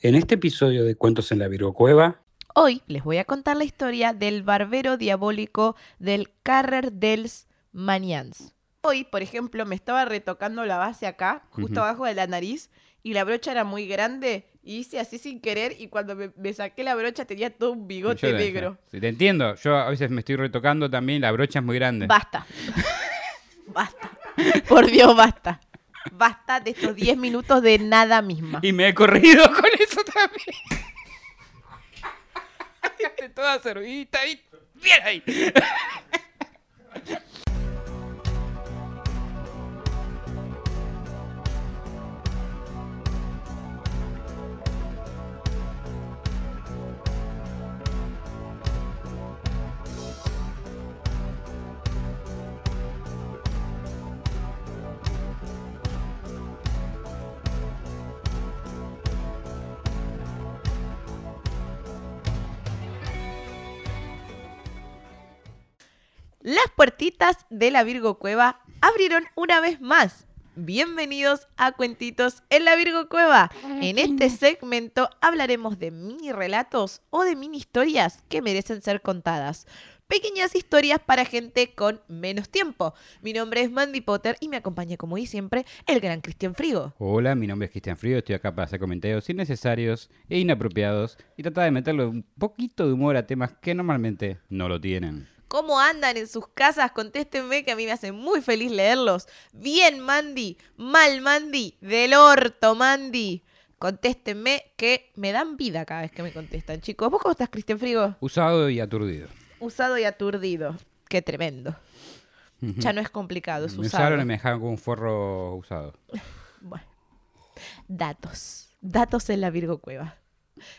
En este episodio de Cuentos en la Virgocueva, Hoy les voy a contar la historia del barbero diabólico del Carrer dels Manians. Hoy, por ejemplo, me estaba retocando la base acá, Ujú. justo abajo de la nariz, y la brocha era muy grande, y hice así sin querer, y cuando me, me saqué la brocha tenía todo un bigote Yo te- negro. sí, te entiendo. Yo a veces me estoy retocando también. La brocha es muy grande. Basta. basta. Por Dios, basta. Basta de estos 10 minutos de nada misma. Y me he corrido con eso también. Dejaste toda servita ahí. Bien ahí. Las puertitas de la Virgo Cueva abrieron una vez más. Bienvenidos a Cuentitos en la Virgo Cueva. En este segmento hablaremos de mini relatos o de mini historias que merecen ser contadas. Pequeñas historias para gente con menos tiempo. Mi nombre es Mandy Potter y me acompaña como hoy siempre el gran Cristian Frigo. Hola, mi nombre es Cristian Frío. Estoy acá para hacer comentarios innecesarios e inapropiados. Y tratar de meterle un poquito de humor a temas que normalmente no lo tienen. ¿Cómo andan en sus casas? Contéstenme que a mí me hace muy feliz leerlos. Bien, Mandy. Mal, Mandy. Del orto, Mandy. Contéstenme que me dan vida cada vez que me contestan, chicos. ¿Vos cómo estás, Cristian Frigo? Usado y aturdido. Usado y aturdido. Qué tremendo. Ya no es complicado, es Me usaron usado. y me dejaron con un forro usado. Bueno. Datos. Datos en la Virgo Cueva.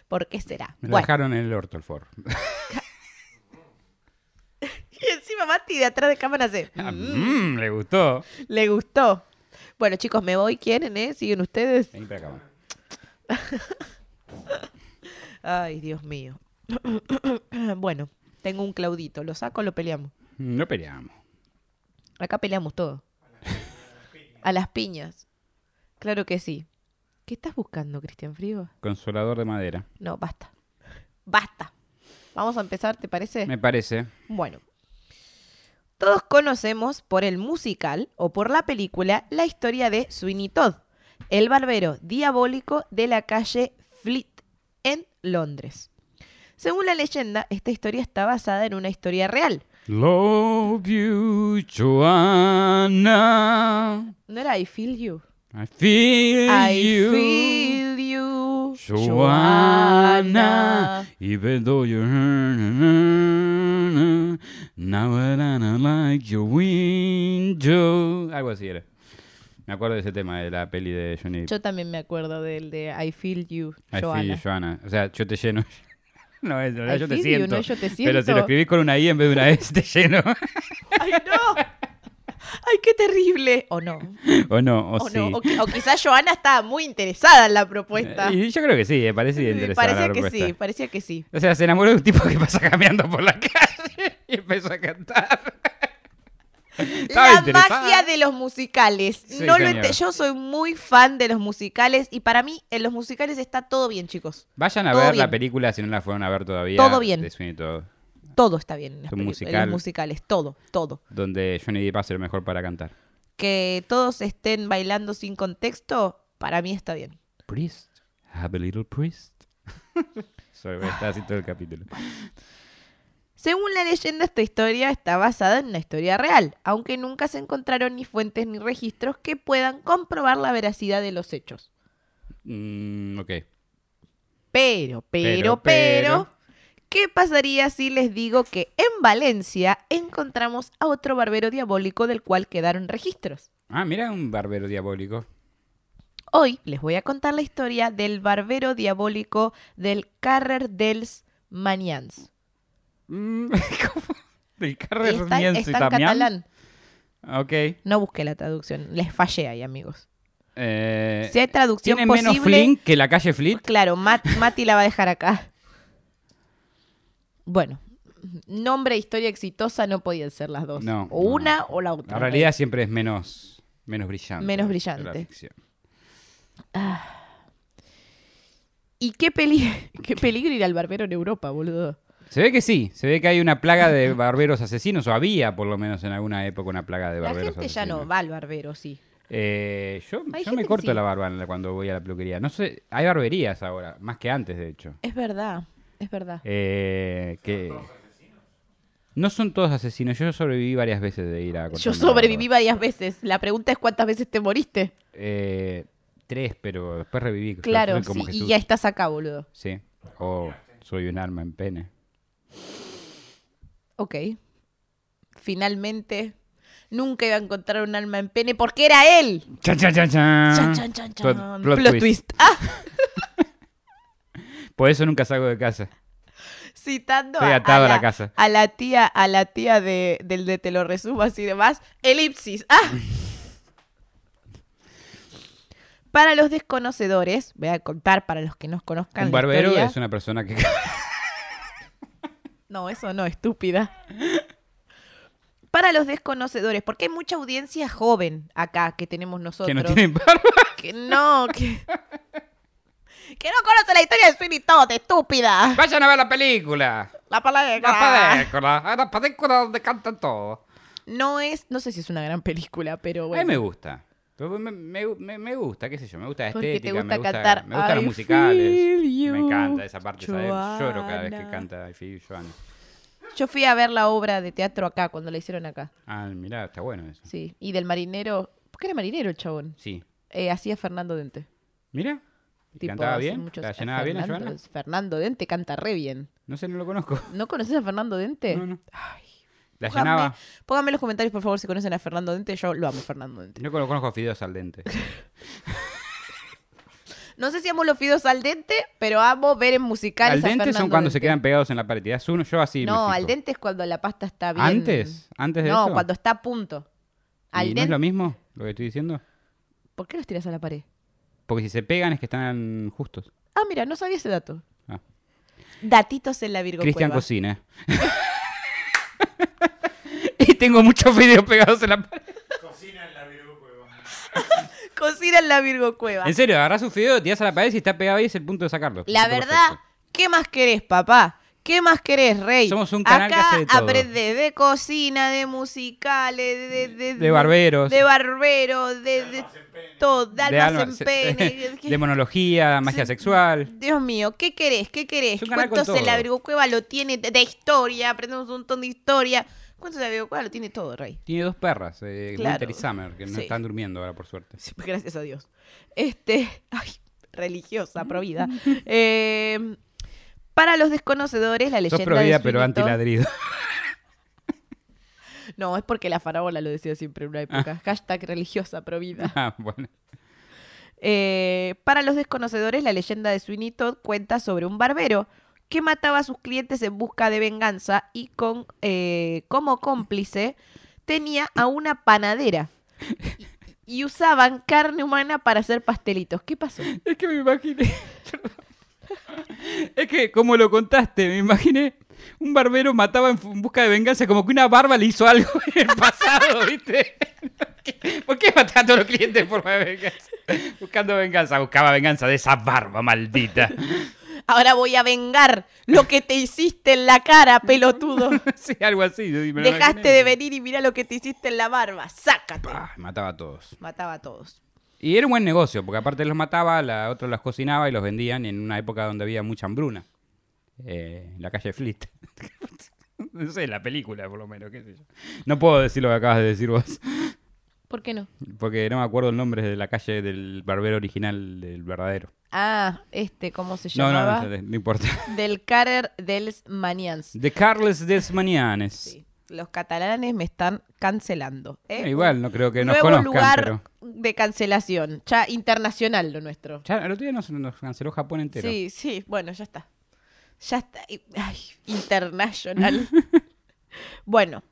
¿Por qué será? Me lo Bueno. dejaron en el orto el forro. Y encima Mati de atrás de cámara se... Ah, mm, le gustó. Le gustó. Bueno, chicos, me voy. ¿Quieren, eh? ¿Siguen ustedes? Vení para acá, va. Ay, Dios mío. bueno, tengo un Claudito. Lo saco, lo peleamos. No peleamos. Acá peleamos todo. A las piñas. Claro que sí. ¿Qué estás buscando, Cristian Frigo? Consolador de madera. No, basta. Basta. Vamos a empezar, ¿te parece? Me parece. Bueno. Todos conocemos por el musical o por la película la historia de Sweeney Todd, el barbero diabólico de la calle Fleet en Londres. Según la leyenda, esta historia está basada en una historia real. Love you, Joanna. No era I feel you. I feel I you. feel you. Joanna, Joanna. even though you're now I don't like your window. Algo así era. Me acuerdo de ese tema de la peli de Johnny. Yo también me acuerdo del de I feel you, I feel Joanna. you, Joanna. O sea, yo te lleno. No, es, no, I yo te feel you, siento. no, yo te Pero si siento. lo escribís con una I en vez de una S, te lleno. ¡Ay, no! ¡Ay, qué terrible! O no. o no, o, O, sí. no, o, qui- o quizás Joana estaba muy interesada en la propuesta. Y yo creo que sí, eh, parece Sí, interesante. parecía que sí, parecía que sí. O sea, se enamoró de un tipo que pasa caminando por la calle y empezó a cantar. Estaba la interesada. magia de los musicales. Sí, no lo señor. ente- Yo soy muy fan de los musicales y para mí en los musicales está todo bien, chicos. Vayan a Todo ver la bien. película si no la fueron a ver todavía. Todo bien. De Sweeney Todd, Todo está bien en, las Un peli- en musical. los musicales, todo, todo. donde Johnny Depp hace lo mejor para cantar. Que todos estén bailando sin contexto, para mí está bien. Priest, have a little priest. Sorry, voy a estar así todo el capítulo. Según la leyenda, esta historia está basada en una historia real, aunque nunca se encontraron ni fuentes ni registros que puedan comprobar la veracidad de los hechos. Mm, ok. Pero, pero, Pero, pero, pero. ¿qué pasaría si les digo que en Valencia encontramos a otro barbero diabólico del cual quedaron registros? Ah, mira un barbero diabólico. Hoy les voy a contar la historia del barbero diabólico del Carrer dels Manians. Mm, ¿cómo? Del Carrer Está, Mienzo y está en Damián. catalán. Ok. No busqué la traducción, les fallé ahí, amigos. Eh, Si hay traducción tiene posible, menos fling que la calle Fleet. claro, Mat- Mati la va a dejar acá. Bueno, nombre e historia exitosa no podían ser las dos. No, o no. una o la otra. La realidad siempre es menos, menos brillante. Menos que brillante. la ficción. Y qué, peli qué peligro ir al barbero en Europa, boludo. Se ve que sí, se ve que hay una plaga de barberos asesinos, o había por lo menos en alguna época una plaga de La barberos gente ya no asesinos. va al barbero, sí. Eh, yo Hay yo gente me que corto sí. la barba en la- cuando voy a la peluquería. No sé, hay barberías ahora, más que antes de hecho. Es verdad, es verdad. Eh, que... No son todos asesinos, yo sobreviví varias veces de ir a cortarme Yo la barba. sobreviví varias veces. La pregunta es cuántas veces te moriste. Eh, tres, pero después reviví. Yo Claro, soy como sí, y Jesús. ya estás acá, boludo. Sí, o soy un arma en pene. Ok. Finalmente, nunca iba a encontrar un alma en pene porque era él. Chan, chan, chan, chan. Chan, chan, chan, Ah. Plot- chan. plot Plot twist. twist. Ah, Por eso nunca salgo de casa. citando Estoy a- atado a la la, casa. a la tía, a la tía de, del de Te lo resumo así demás. Elipsis. Ah. Para los desconocedores, voy a contar para los que nos conozcan. Un la barbero historia. es una persona que... No, eso no, estúpida. Para los desconocedores, porque hay mucha audiencia joven acá que tenemos nosotros. que no tiene barba. Que no, que... que no conoce la historia de Sweeney Todd, estúpida. Vayan a ver la película. La palabra La película. La película donde cantan todo. No es, no sé si es una gran película, pero bueno. A mí me gusta. Pero Me, me- me- me gusta, qué sé yo, me gusta la Porque te estética, gusta me, gusta, cantar me gustan los I musicales. feel Me you, encanta esa parte, esa de- lloro cada vez que Joana. canta I Feel You, Joana. Yo fui a ver la obra de teatro acá, cuando la hicieron acá. Ah, mirá, está bueno eso. Sí. Y del marinero. ¿Por qué era marinero el chabón? Sí. Eh, hacía Fernando Dente. Mira, ¿y Tipo, cantaba hace bien, muchos- la llenaba bien a Fernando- Joana. Fernando Dente canta re bien. No sé, no lo conozco. ¿No conoces a Fernando Dente? No, no. Ay, La pónganme- llenaba. Pónganme en los comentarios, por favor, si conocen a Fernando Dente. Yo lo amo, Fernando Dente. No lo conozco a Fideos al dente. No sé si amo los fideos al dente, pero amo ver en musicales Al a dente son Fernando cuando se Dente. quedan pegados en la pared. Te das uno, yo así. me No, fijo. al dente es cuando la pasta está bien. ¿Antes? ¿Antes de no, eso? cuando está a punto. Al ¿Y ¿No dente. es lo mismo lo que estoy diciendo? ¿Por qué los tiras a la pared? Porque si se pegan es que están justos. Ah, mira, no sabía ese dato. Ah. Datitos en la Virgo Cristian Cueva. cocina. ¿eh? y tengo muchos videos pegados en la pared. Cocina en la Virgo Cueva. En serio, agarrás un fideo, tirás a la pared y si está pegado ahí es el punto de sacarlo. La Punto verdad, perfecto. ¿qué más querés, papá? ¿Qué más querés, Rey? Somos un canal que Acá hace de todo. aprendés de cocina, de musicales, de, de, De barberos. De barberos, de, de todo, de De almas alma- en se- pene. de monología, magia Sí. sexual. Dios mío, ¿qué querés? ¿Qué querés? Es un canal con ¿Cuántos en la todo. Virgo Cueva lo tiene de de historia? Aprendemos un montón de historia. ¿Cuántos en la Virgo Cueva lo tiene todo, Rey? Tiene dos perras, eh, Claro. Winter y Summer, que no Sí. están durmiendo ahora, por suerte. Sí, Gracias a Dios. Este, ay, religiosa, provida. Eh, para los desconocedores, la leyenda Sos provida, de pero Sweeney Todd- antiladrido. No, es porque la farabola lo decía siempre en una época. Hashtag religiosa provida. Ah, bueno. Eh, para los desconocedores, la leyenda de Sweeney Todd cuenta sobre un barbero que mataba a sus clientes en busca de venganza y con, eh, como cómplice tenía a una panadera. Y- Y usaban carne humana para hacer pastelitos. ¿Qué pasó? Es que me imaginé. es que, como lo contaste, me imaginé. Un barbero mataba en, fu- en busca de venganza, como que una barba le hizo algo en el pasado, ¿viste? ¿Por qué mataba a todos los clientes en forma de venganza? Buscando venganza, buscaba venganza de esa barba maldita. Ahora voy a vengar lo que te hiciste en la cara, pelotudo. sí, algo así. yo me lo Dejaste imaginé. de venir y mira lo que te hiciste en la barba. Sácate. Pa, mataba a todos. Mataba a todos. Y era un buen negocio, porque aparte los mataba, la otra los cocinaba y los vendían en una época donde había mucha hambruna. Eh, en la calle Fleet. no sé, la película por lo menos, qué sé yo. No puedo decir lo que acabas de decir vos, ¿Por qué no? porque no me acuerdo el nombre de la calle del barbero original, del verdadero. Ah, este, ¿cómo se No, no, llamaba? no, no importa. Del Carrer dels Manians. De Carles Des Manianes. Sí. Los catalanes me están cancelando. ¿eh? Eh, Igual, no creo que nos Nuevo conozcan, lugar pero... de cancelación. Ya internacional lo nuestro. Ya, el otro día nos, nos canceló Japón entero. Sí, sí, bueno, ya está. Ya está. y- Ay, internacional. bueno.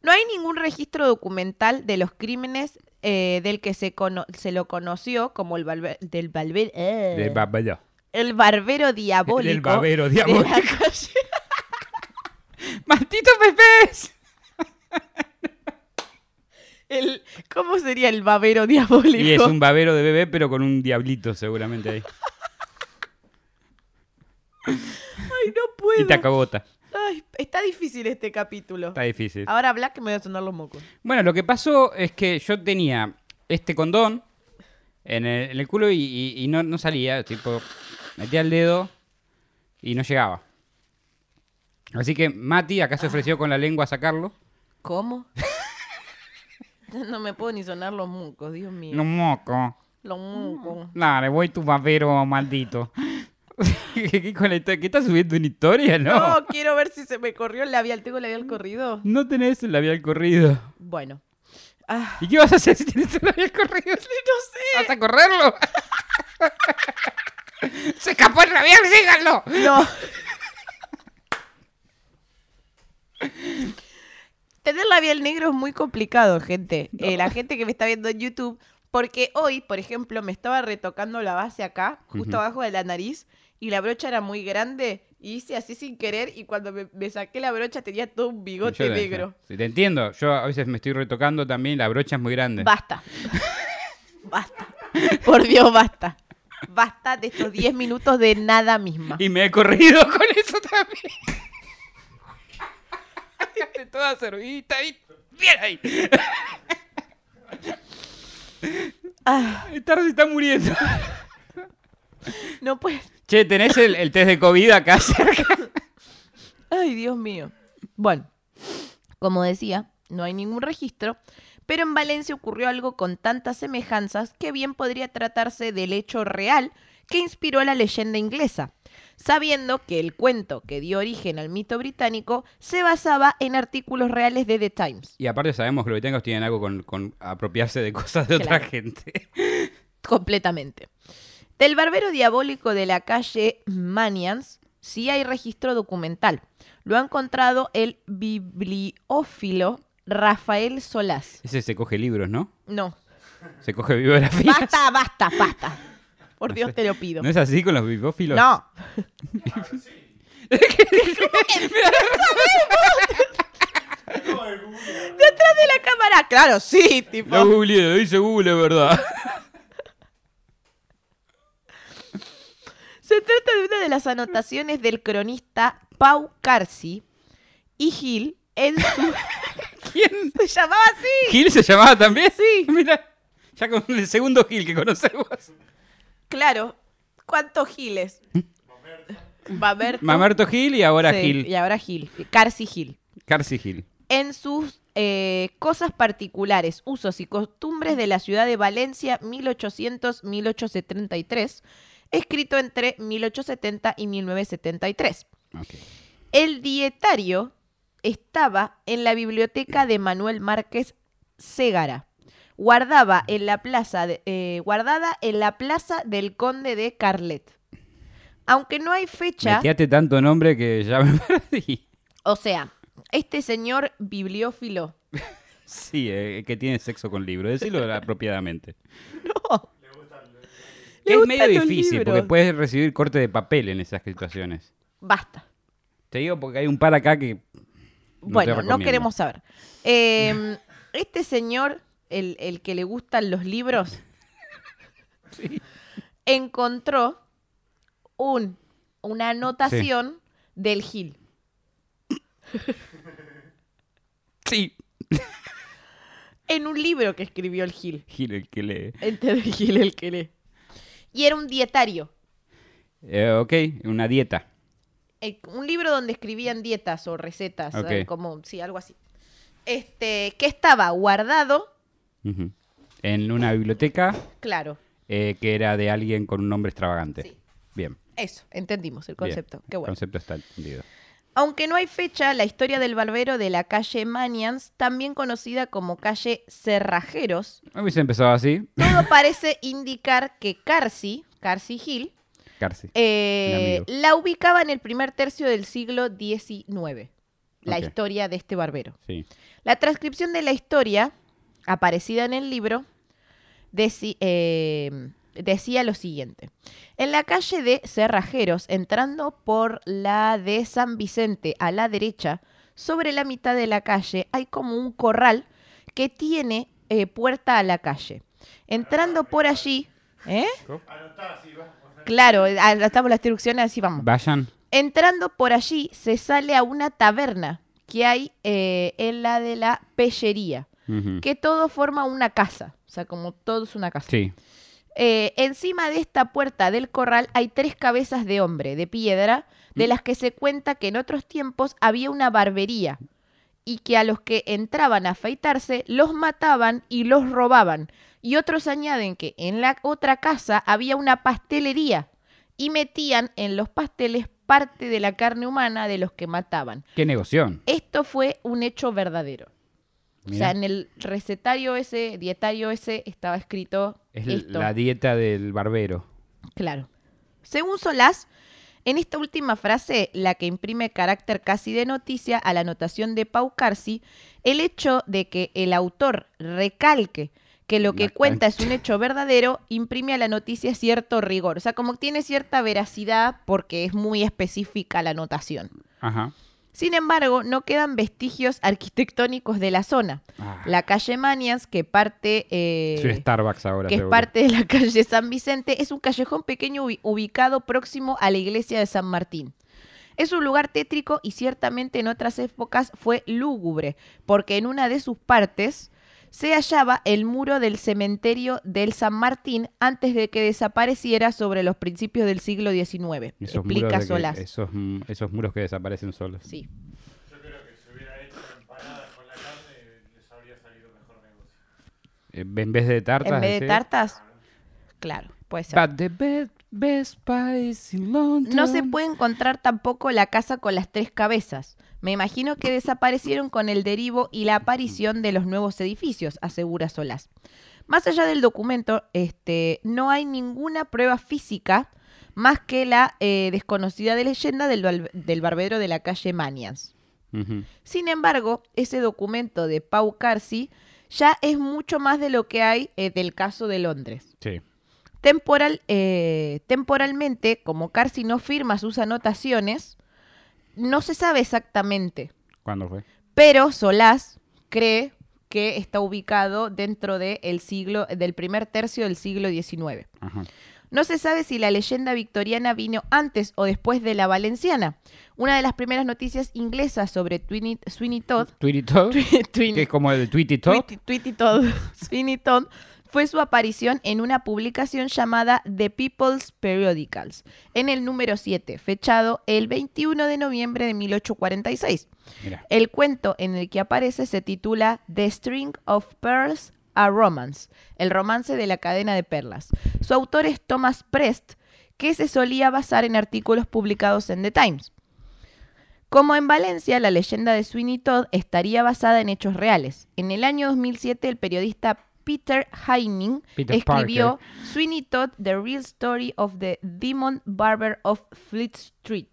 No hay ningún registro documental de los crímenes eh, del que se, cono- se lo conoció como el, barbe- del balbe- eh, Del barbero. el barbero diabólico. Del barbero de la diabólico. calle. ¡Maldito Pepés! El- ¿Cómo sería el barbero diabólico? Y es un babero de bebé, pero con un diablito seguramente ahí. Ay, no puedo. Y Tacabota. Ay, está difícil este capítulo. Está difícil. Ahora Black me voy a sonar los mocos. Bueno, lo que pasó es que yo tenía este condón en el, en el culo y, y- y no, no salía. Tipo, metía el dedo y no llegaba. Así que Mati acá se ofreció con la lengua a sacarlo. ¿Cómo? no me puedo ni sonar los mocos, Dios mío. No moco. Los mocos. Dale, voy tu papero maldito. ¿Qué, qué con la historia? ¿Qué estás subiendo una historia? No. No, quiero ver si se me corrió el labial. ¿Tengo el labial corrido? No tenés el labial corrido. Bueno. Ah, ¿Y qué vas a hacer si tienes el labial corrido? no sé. ¿Vas a correrlo? ¡Se escapó el labial, síganlo! No. Tener labial negro es muy complicado, gente. Eh, la gente que me está viendo en YouTube. Porque hoy, por ejemplo, me estaba retocando la base acá, Ujú. justo abajo de la nariz, y la brocha era muy grande. Y hice así sin querer, y cuando me, me saqué la brocha tenía todo un bigote Yo te- negro. sí, te entiendo. Yo a veces me estoy retocando también. La brocha es muy grande. Basta. basta. Por Dios, basta. Basta de estos 10 minutos de nada misma. Y me he corrido con eso también. De toda cervita ahí. Bien ahí. Ah, Esta se está muriendo. no puedes. Che, ¿tenés el, el test de COVID acá cerca? Ay, Dios mío. Bueno, como decía, no hay ningún registro, pero en Valencia ocurrió algo con tantas semejanzas que bien podría tratarse del hecho real que inspiró la leyenda inglesa, sabiendo que el cuento que dio origen al mito británico se basaba en artículos reales de The Times. Y aparte sabemos que los británicos tienen algo con, con apropiarse de cosas de otra Claro. gente. Completamente. Del barbero diabólico de la calle Manians, sí hay registro documental. Lo ha encontrado el bibliófilo Rafael Solás. Ese se coge libros, ¿no? No, Se coge bibliografías. basta, basta, basta. Por No Dios sé. te lo pido. ¿No es así con los bibófilos? No. Detrás de la cámara, claro, sí, tipo. Lo googleé, lo dice Google, es verdad. Se trata de una de las anotaciones del cronista Pau Carci y Gil en su... ¿Quién? Se llamaba así. ¿Gil se llamaba también? Sí. Mira, ya con el segundo Gil que conocemos. Claro. ¿Cuántos Giles? Mamerto. Mamerto Gil y ahora Sí, Gil. Y ahora Gil. Carci Gil. Carci Gil. en sus eh, cosas particulares, usos y costumbres de la ciudad de Valencia 1800-1873, escrito entre 1870 y 1973. Ok. El dietario estaba en la biblioteca de Manuel Márquez Ségara. Guardaba en la plaza de- eh, guardada en la plaza del conde de Carlet. Aunque no hay fecha... Metíate tanto nombre que ya me perdí. O sea, este señor bibliófilo. Sí, eh, que tiene sexo con libros. Decirlo apropiadamente. Le Que es gustan medio los difícil libros. porque puedes recibir corte de papel en esas situaciones. Basta. Te digo porque hay un par acá que. No te Bueno, no recomiendo. queremos saber. Eh, este señor, el, el que le gustan los libros, encontró un, una anotación del Gil. Sí. En un libro que escribió el Gil. Gil, el que lee. Este del Gil el que lee. Y era un dietario. Eh, ok, una dieta. eh, un libro donde escribían dietas o recetas. Ok. eh, como, sí, algo así. Este, que estaba guardado, Ujú. En una biblioteca claro, eh, que era de alguien con un nombre extravagante. Sí. Bien. eso, entendimos el concepto. bien. Qué bueno. El concepto está entendido. Aunque no hay fecha, la historia del barbero de la calle Manians, también conocida como calle Cerrajeros, No Hubiese empezado así. todo parece indicar que Carci, Carci Gil, Carci. eh, Un la ubicaba en el primer tercio del siglo XIX, la Ok. historia de este barbero. Sí. La transcripción de la historia, aparecida en el libro, deci- eh, decía lo siguiente. En la calle de Cerrajeros, entrando por la de San Vicente a la derecha, sobre la mitad de la calle hay como un corral que tiene eh, puerta a la calle. Entrando por allí... ¿Eh? Claro, adaptamos las instrucciones, así vamos. Vayan. Entrando por allí, se sale a una taberna que hay eh, en la de la pellería, Ujú. que todo forma una casa, o sea, como todo es una casa. Sí. Eh, encima de esta puerta del corral hay tres cabezas de hombre, de piedra, Mm. de las que se cuenta que en otros tiempos había una barbería y que a los que entraban a afeitarse los mataban y los robaban. Y otros añaden que en la otra casa había una pastelería y metían en los pasteles parte de la carne humana de los que mataban. Qué negoción. Esto fue un hecho verdadero. O Mirá. sea, en el recetario ese, dietario ese, estaba escrito es esto. la dieta del barbero. Claro. Según Solás, en esta última frase, la que imprime carácter casi de noticia a la anotación de Pau Carsi, el hecho de que el autor recalque que lo que La cuenta es un hecho verdadero, imprime a la noticia cierto rigor. O sea, como que tiene cierta veracidad porque es muy específica la anotación. Ajá. Sin embargo, no quedan vestigios arquitectónicos de la zona. Ah, La calle Manias, que parte... eh, soy Starbucks ahora. que es seguro. parte de la calle San Vicente, es un callejón pequeño ubi- ubicado próximo a la iglesia de San Martín. Es un lugar tétrico y ciertamente en otras épocas fue lúgubre, porque en una de sus partes se hallaba el muro del cementerio del San Martín antes de que desapareciera sobre los principios del siglo XIX. Esos muros de explica que- Solás. esos, mm, esos muros que desaparecen solos. Sí. Eh, En vez de tartas. En vez de decís, tartas, claro, puede ser. But the be- best pies in London. No se puede encontrar tampoco la casa con las tres cabezas. Me imagino que desaparecieron con el derivo y la aparición de los nuevos edificios, asegura Solás. Más allá del documento, este, no hay ninguna prueba física más que la eh, desconocida de leyenda del, bal- del barbero de la calle Manians. Ujú. Sin embargo, ese documento de Pau Carsi ya es mucho más de lo que hay eh, del caso de Londres. Sí. Temporal, eh, temporalmente, como Carsi no firma sus anotaciones, no se sabe exactamente, ¿Cuándo fue? pero Solás cree que está ubicado dentro de el siglo, del primer tercio del siglo XIX. Ajá. No se sabe si la leyenda victoriana vino antes o después de la valenciana. Una de las primeras noticias inglesas sobre Twini- Sweeney Todd, Tweety Todd, Twin- que es como el Tweety Todd. Tweety- Tweety Todd, Sweeney Todd, fue su aparición en una publicación llamada The People's Periodicals, en el número 7, fechado el 21 de noviembre de 1846. Mira, El cuento en el que aparece se titula The String of Pearls, a Romance, el romance de la cadena de perlas. Su autor es Thomas Prest, que se solía basar en artículos publicados en The Times. Como en Valencia, la leyenda de Sweeney Todd estaría basada en hechos reales. En el año 2007, el periodista Peter Heining Peter escribió Sweeney Todd, The Real Story of the Demon Barber of Fleet Street,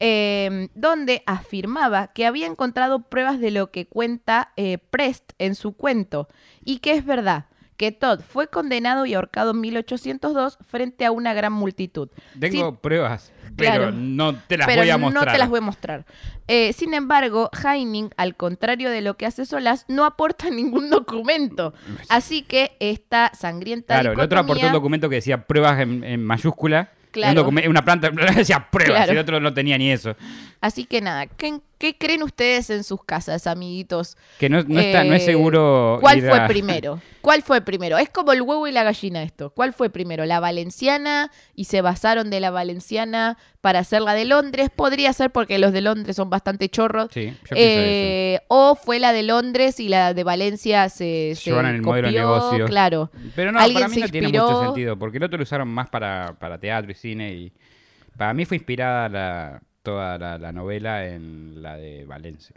eh, donde afirmaba que había encontrado pruebas de lo que cuenta eh, Prest en su cuento y que es verdad que Todd fue condenado y ahorcado en 1802 frente a una gran multitud. tengo Sin- pruebas, pero Claro. no te las pero voy a mostrar. no te las voy a mostrar. Eh, sin embargo, Heining, al contrario de lo que hace Solás, no aporta ningún documento. Así que esta sangrienta Claro, el otro aportó un dicotomía- documento que decía pruebas en, en mayúscula. Un Claro. documen- una planta decía pruebas, Claro. y el otro no tenía ni eso. Así que nada, ¿qué, qué creen ustedes en sus casas, amiguitos? Que no, no está, no es Eh, seguro. ¿Cuál ir fue a- primero? ¿Cuál fue primero? Es como el huevo y la gallina esto. ¿Cuál fue primero? ¿La valenciana? Y se basaron de la valenciana para hacer la de Londres. Podría ser porque los de Londres son bastante chorros. Sí, yo pienso Eh, o fue la de Londres y la de Valencia se, se Llevaron el modelo de copió, negocio. Claro. eso. Pero no, alguien para mí se no tiene inspiró. mucho sentido, porque el otro lo usaron más para, para teatro y cine. y Para mí fue inspirada la- toda la, la novela en la de Valencia.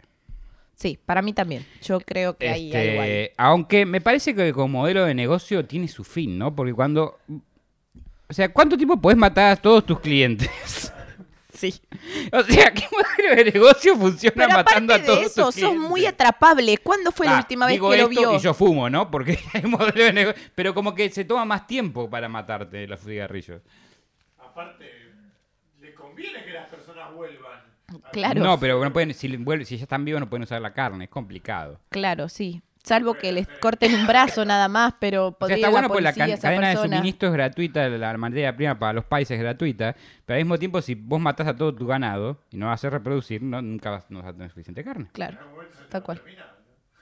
Sí, para mí también. Yo creo que hay Este, algo ahí. Aunque me parece que como modelo de negocio tiene su fin, ¿no? Porque cuando... O sea, ¿cuánto tiempo podés matar a todos tus clientes? Sí. o sea, ¿qué modelo de negocio funciona Pero matando aparte a todos de eso, tus sos clientes? muy atrapable. ¿Cuándo fue la Ah, última vez digo que lo esto vio? Y yo fumo, ¿no? Porque hay modelo de negocio... Pero como que se toma más tiempo para matarte los cigarrillos. Aparte, le conviene que las personas vuelvan. Claro. No, pero no pueden, si, vuelven- si ya están vivos no pueden usar la carne, es complicado. Claro, sí. Salvo que les corten un brazo nada más, pero O sea, podría está ir bueno la porque la policía can- a esa cadena de persona. suministro es gratuita, la materia prima para los países es gratuita, pero al mismo tiempo si vos matás a todo tu ganado y no vas a reproducir, no, nunca vas, no vas a tener suficiente carne. Claro, tal cual.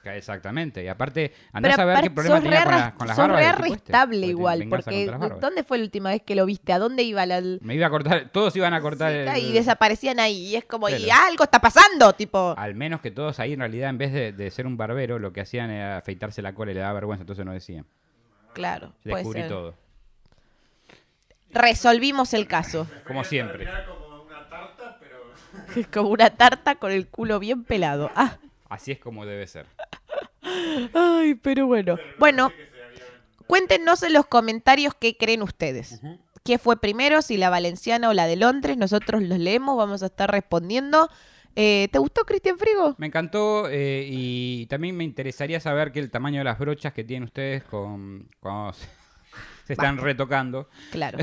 Ca- Exactamente, y aparte, andás Pero a ver aparte qué problema sos tenía con, re la- con las sos barbas. re del tipo este, arrestable porque igual, venganza porque contra las barbas. ¿dónde fue la última vez que lo viste? ¿A dónde iba la... Me iba a cortar, todos iban a cortar el- y desaparecían ahí, y es como, y Pelo. algo está pasando, tipo... Al menos que todos ahí en realidad, en vez de, de ser un barbero, lo que hacían era afeitarse la cola y le daba vergüenza, entonces no decían. Claro, Yo puede descubrí ser. todo, Resolvimos el caso. como siempre. Era como una tarta, pero Como una tarta con el culo bien pelado. Ah, Así es como debe ser. ay, pero bueno. Bueno, cuéntenos en los comentarios qué creen ustedes. ¿Qué fue primero, si la valenciana o la de Londres? Nosotros los leemos, vamos a estar respondiendo. Eh, ¿Te gustó Cristian Frigo? Me encantó eh, y también me interesaría saber qué el tamaño de las brochas que tienen ustedes con, cuando se, se están retocando. Claro.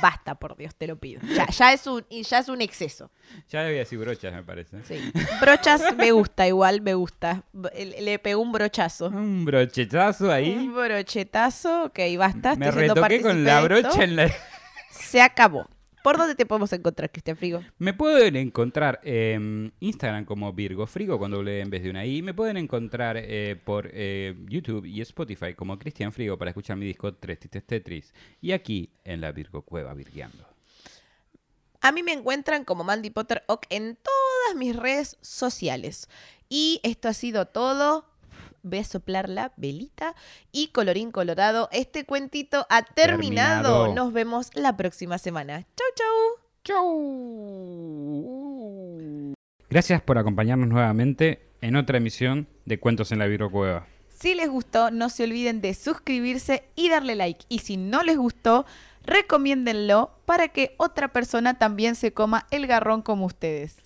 Basta, por Dios, te lo pido. Ya, ya es un, y ya es un exceso. Ya debía decir brochas, me parece. Sí. Brochas me gusta, igual me gusta. B- Le, le pegó un brochazo. Un brochetazo ahí. Un brochetazo, ok, basta. Me estoy siendo retoqué con la partícipe de brocha esto. en la... Se acabó. ¿Por dónde te podemos encontrar, Cristian Frigo? Me pueden encontrar en Instagram como Virgo Frigo con doble E en vez de una I. Me pueden encontrar eh, por eh, YouTube y Spotify como Cristian Frigo para escuchar mi disco Tres Tristes Tetris. Y aquí en la Virgo Cueva Virgueando. A mí me encuentran como Mandy Potter Ock en todas mis redes sociales. Y esto ha sido todo. Voy a soplar la velita. Y colorín colorado, este cuentito ha terminado. Terminado. Nos vemos la próxima semana. Chau, chau. Gracias por acompañarnos nuevamente en otra emisión de Cuentos en la Virgo Cueva. Si les gustó, no se olviden de suscribirse y darle like. Y si no les gustó, recomiéndenlo para que otra persona también se coma el garrón como ustedes.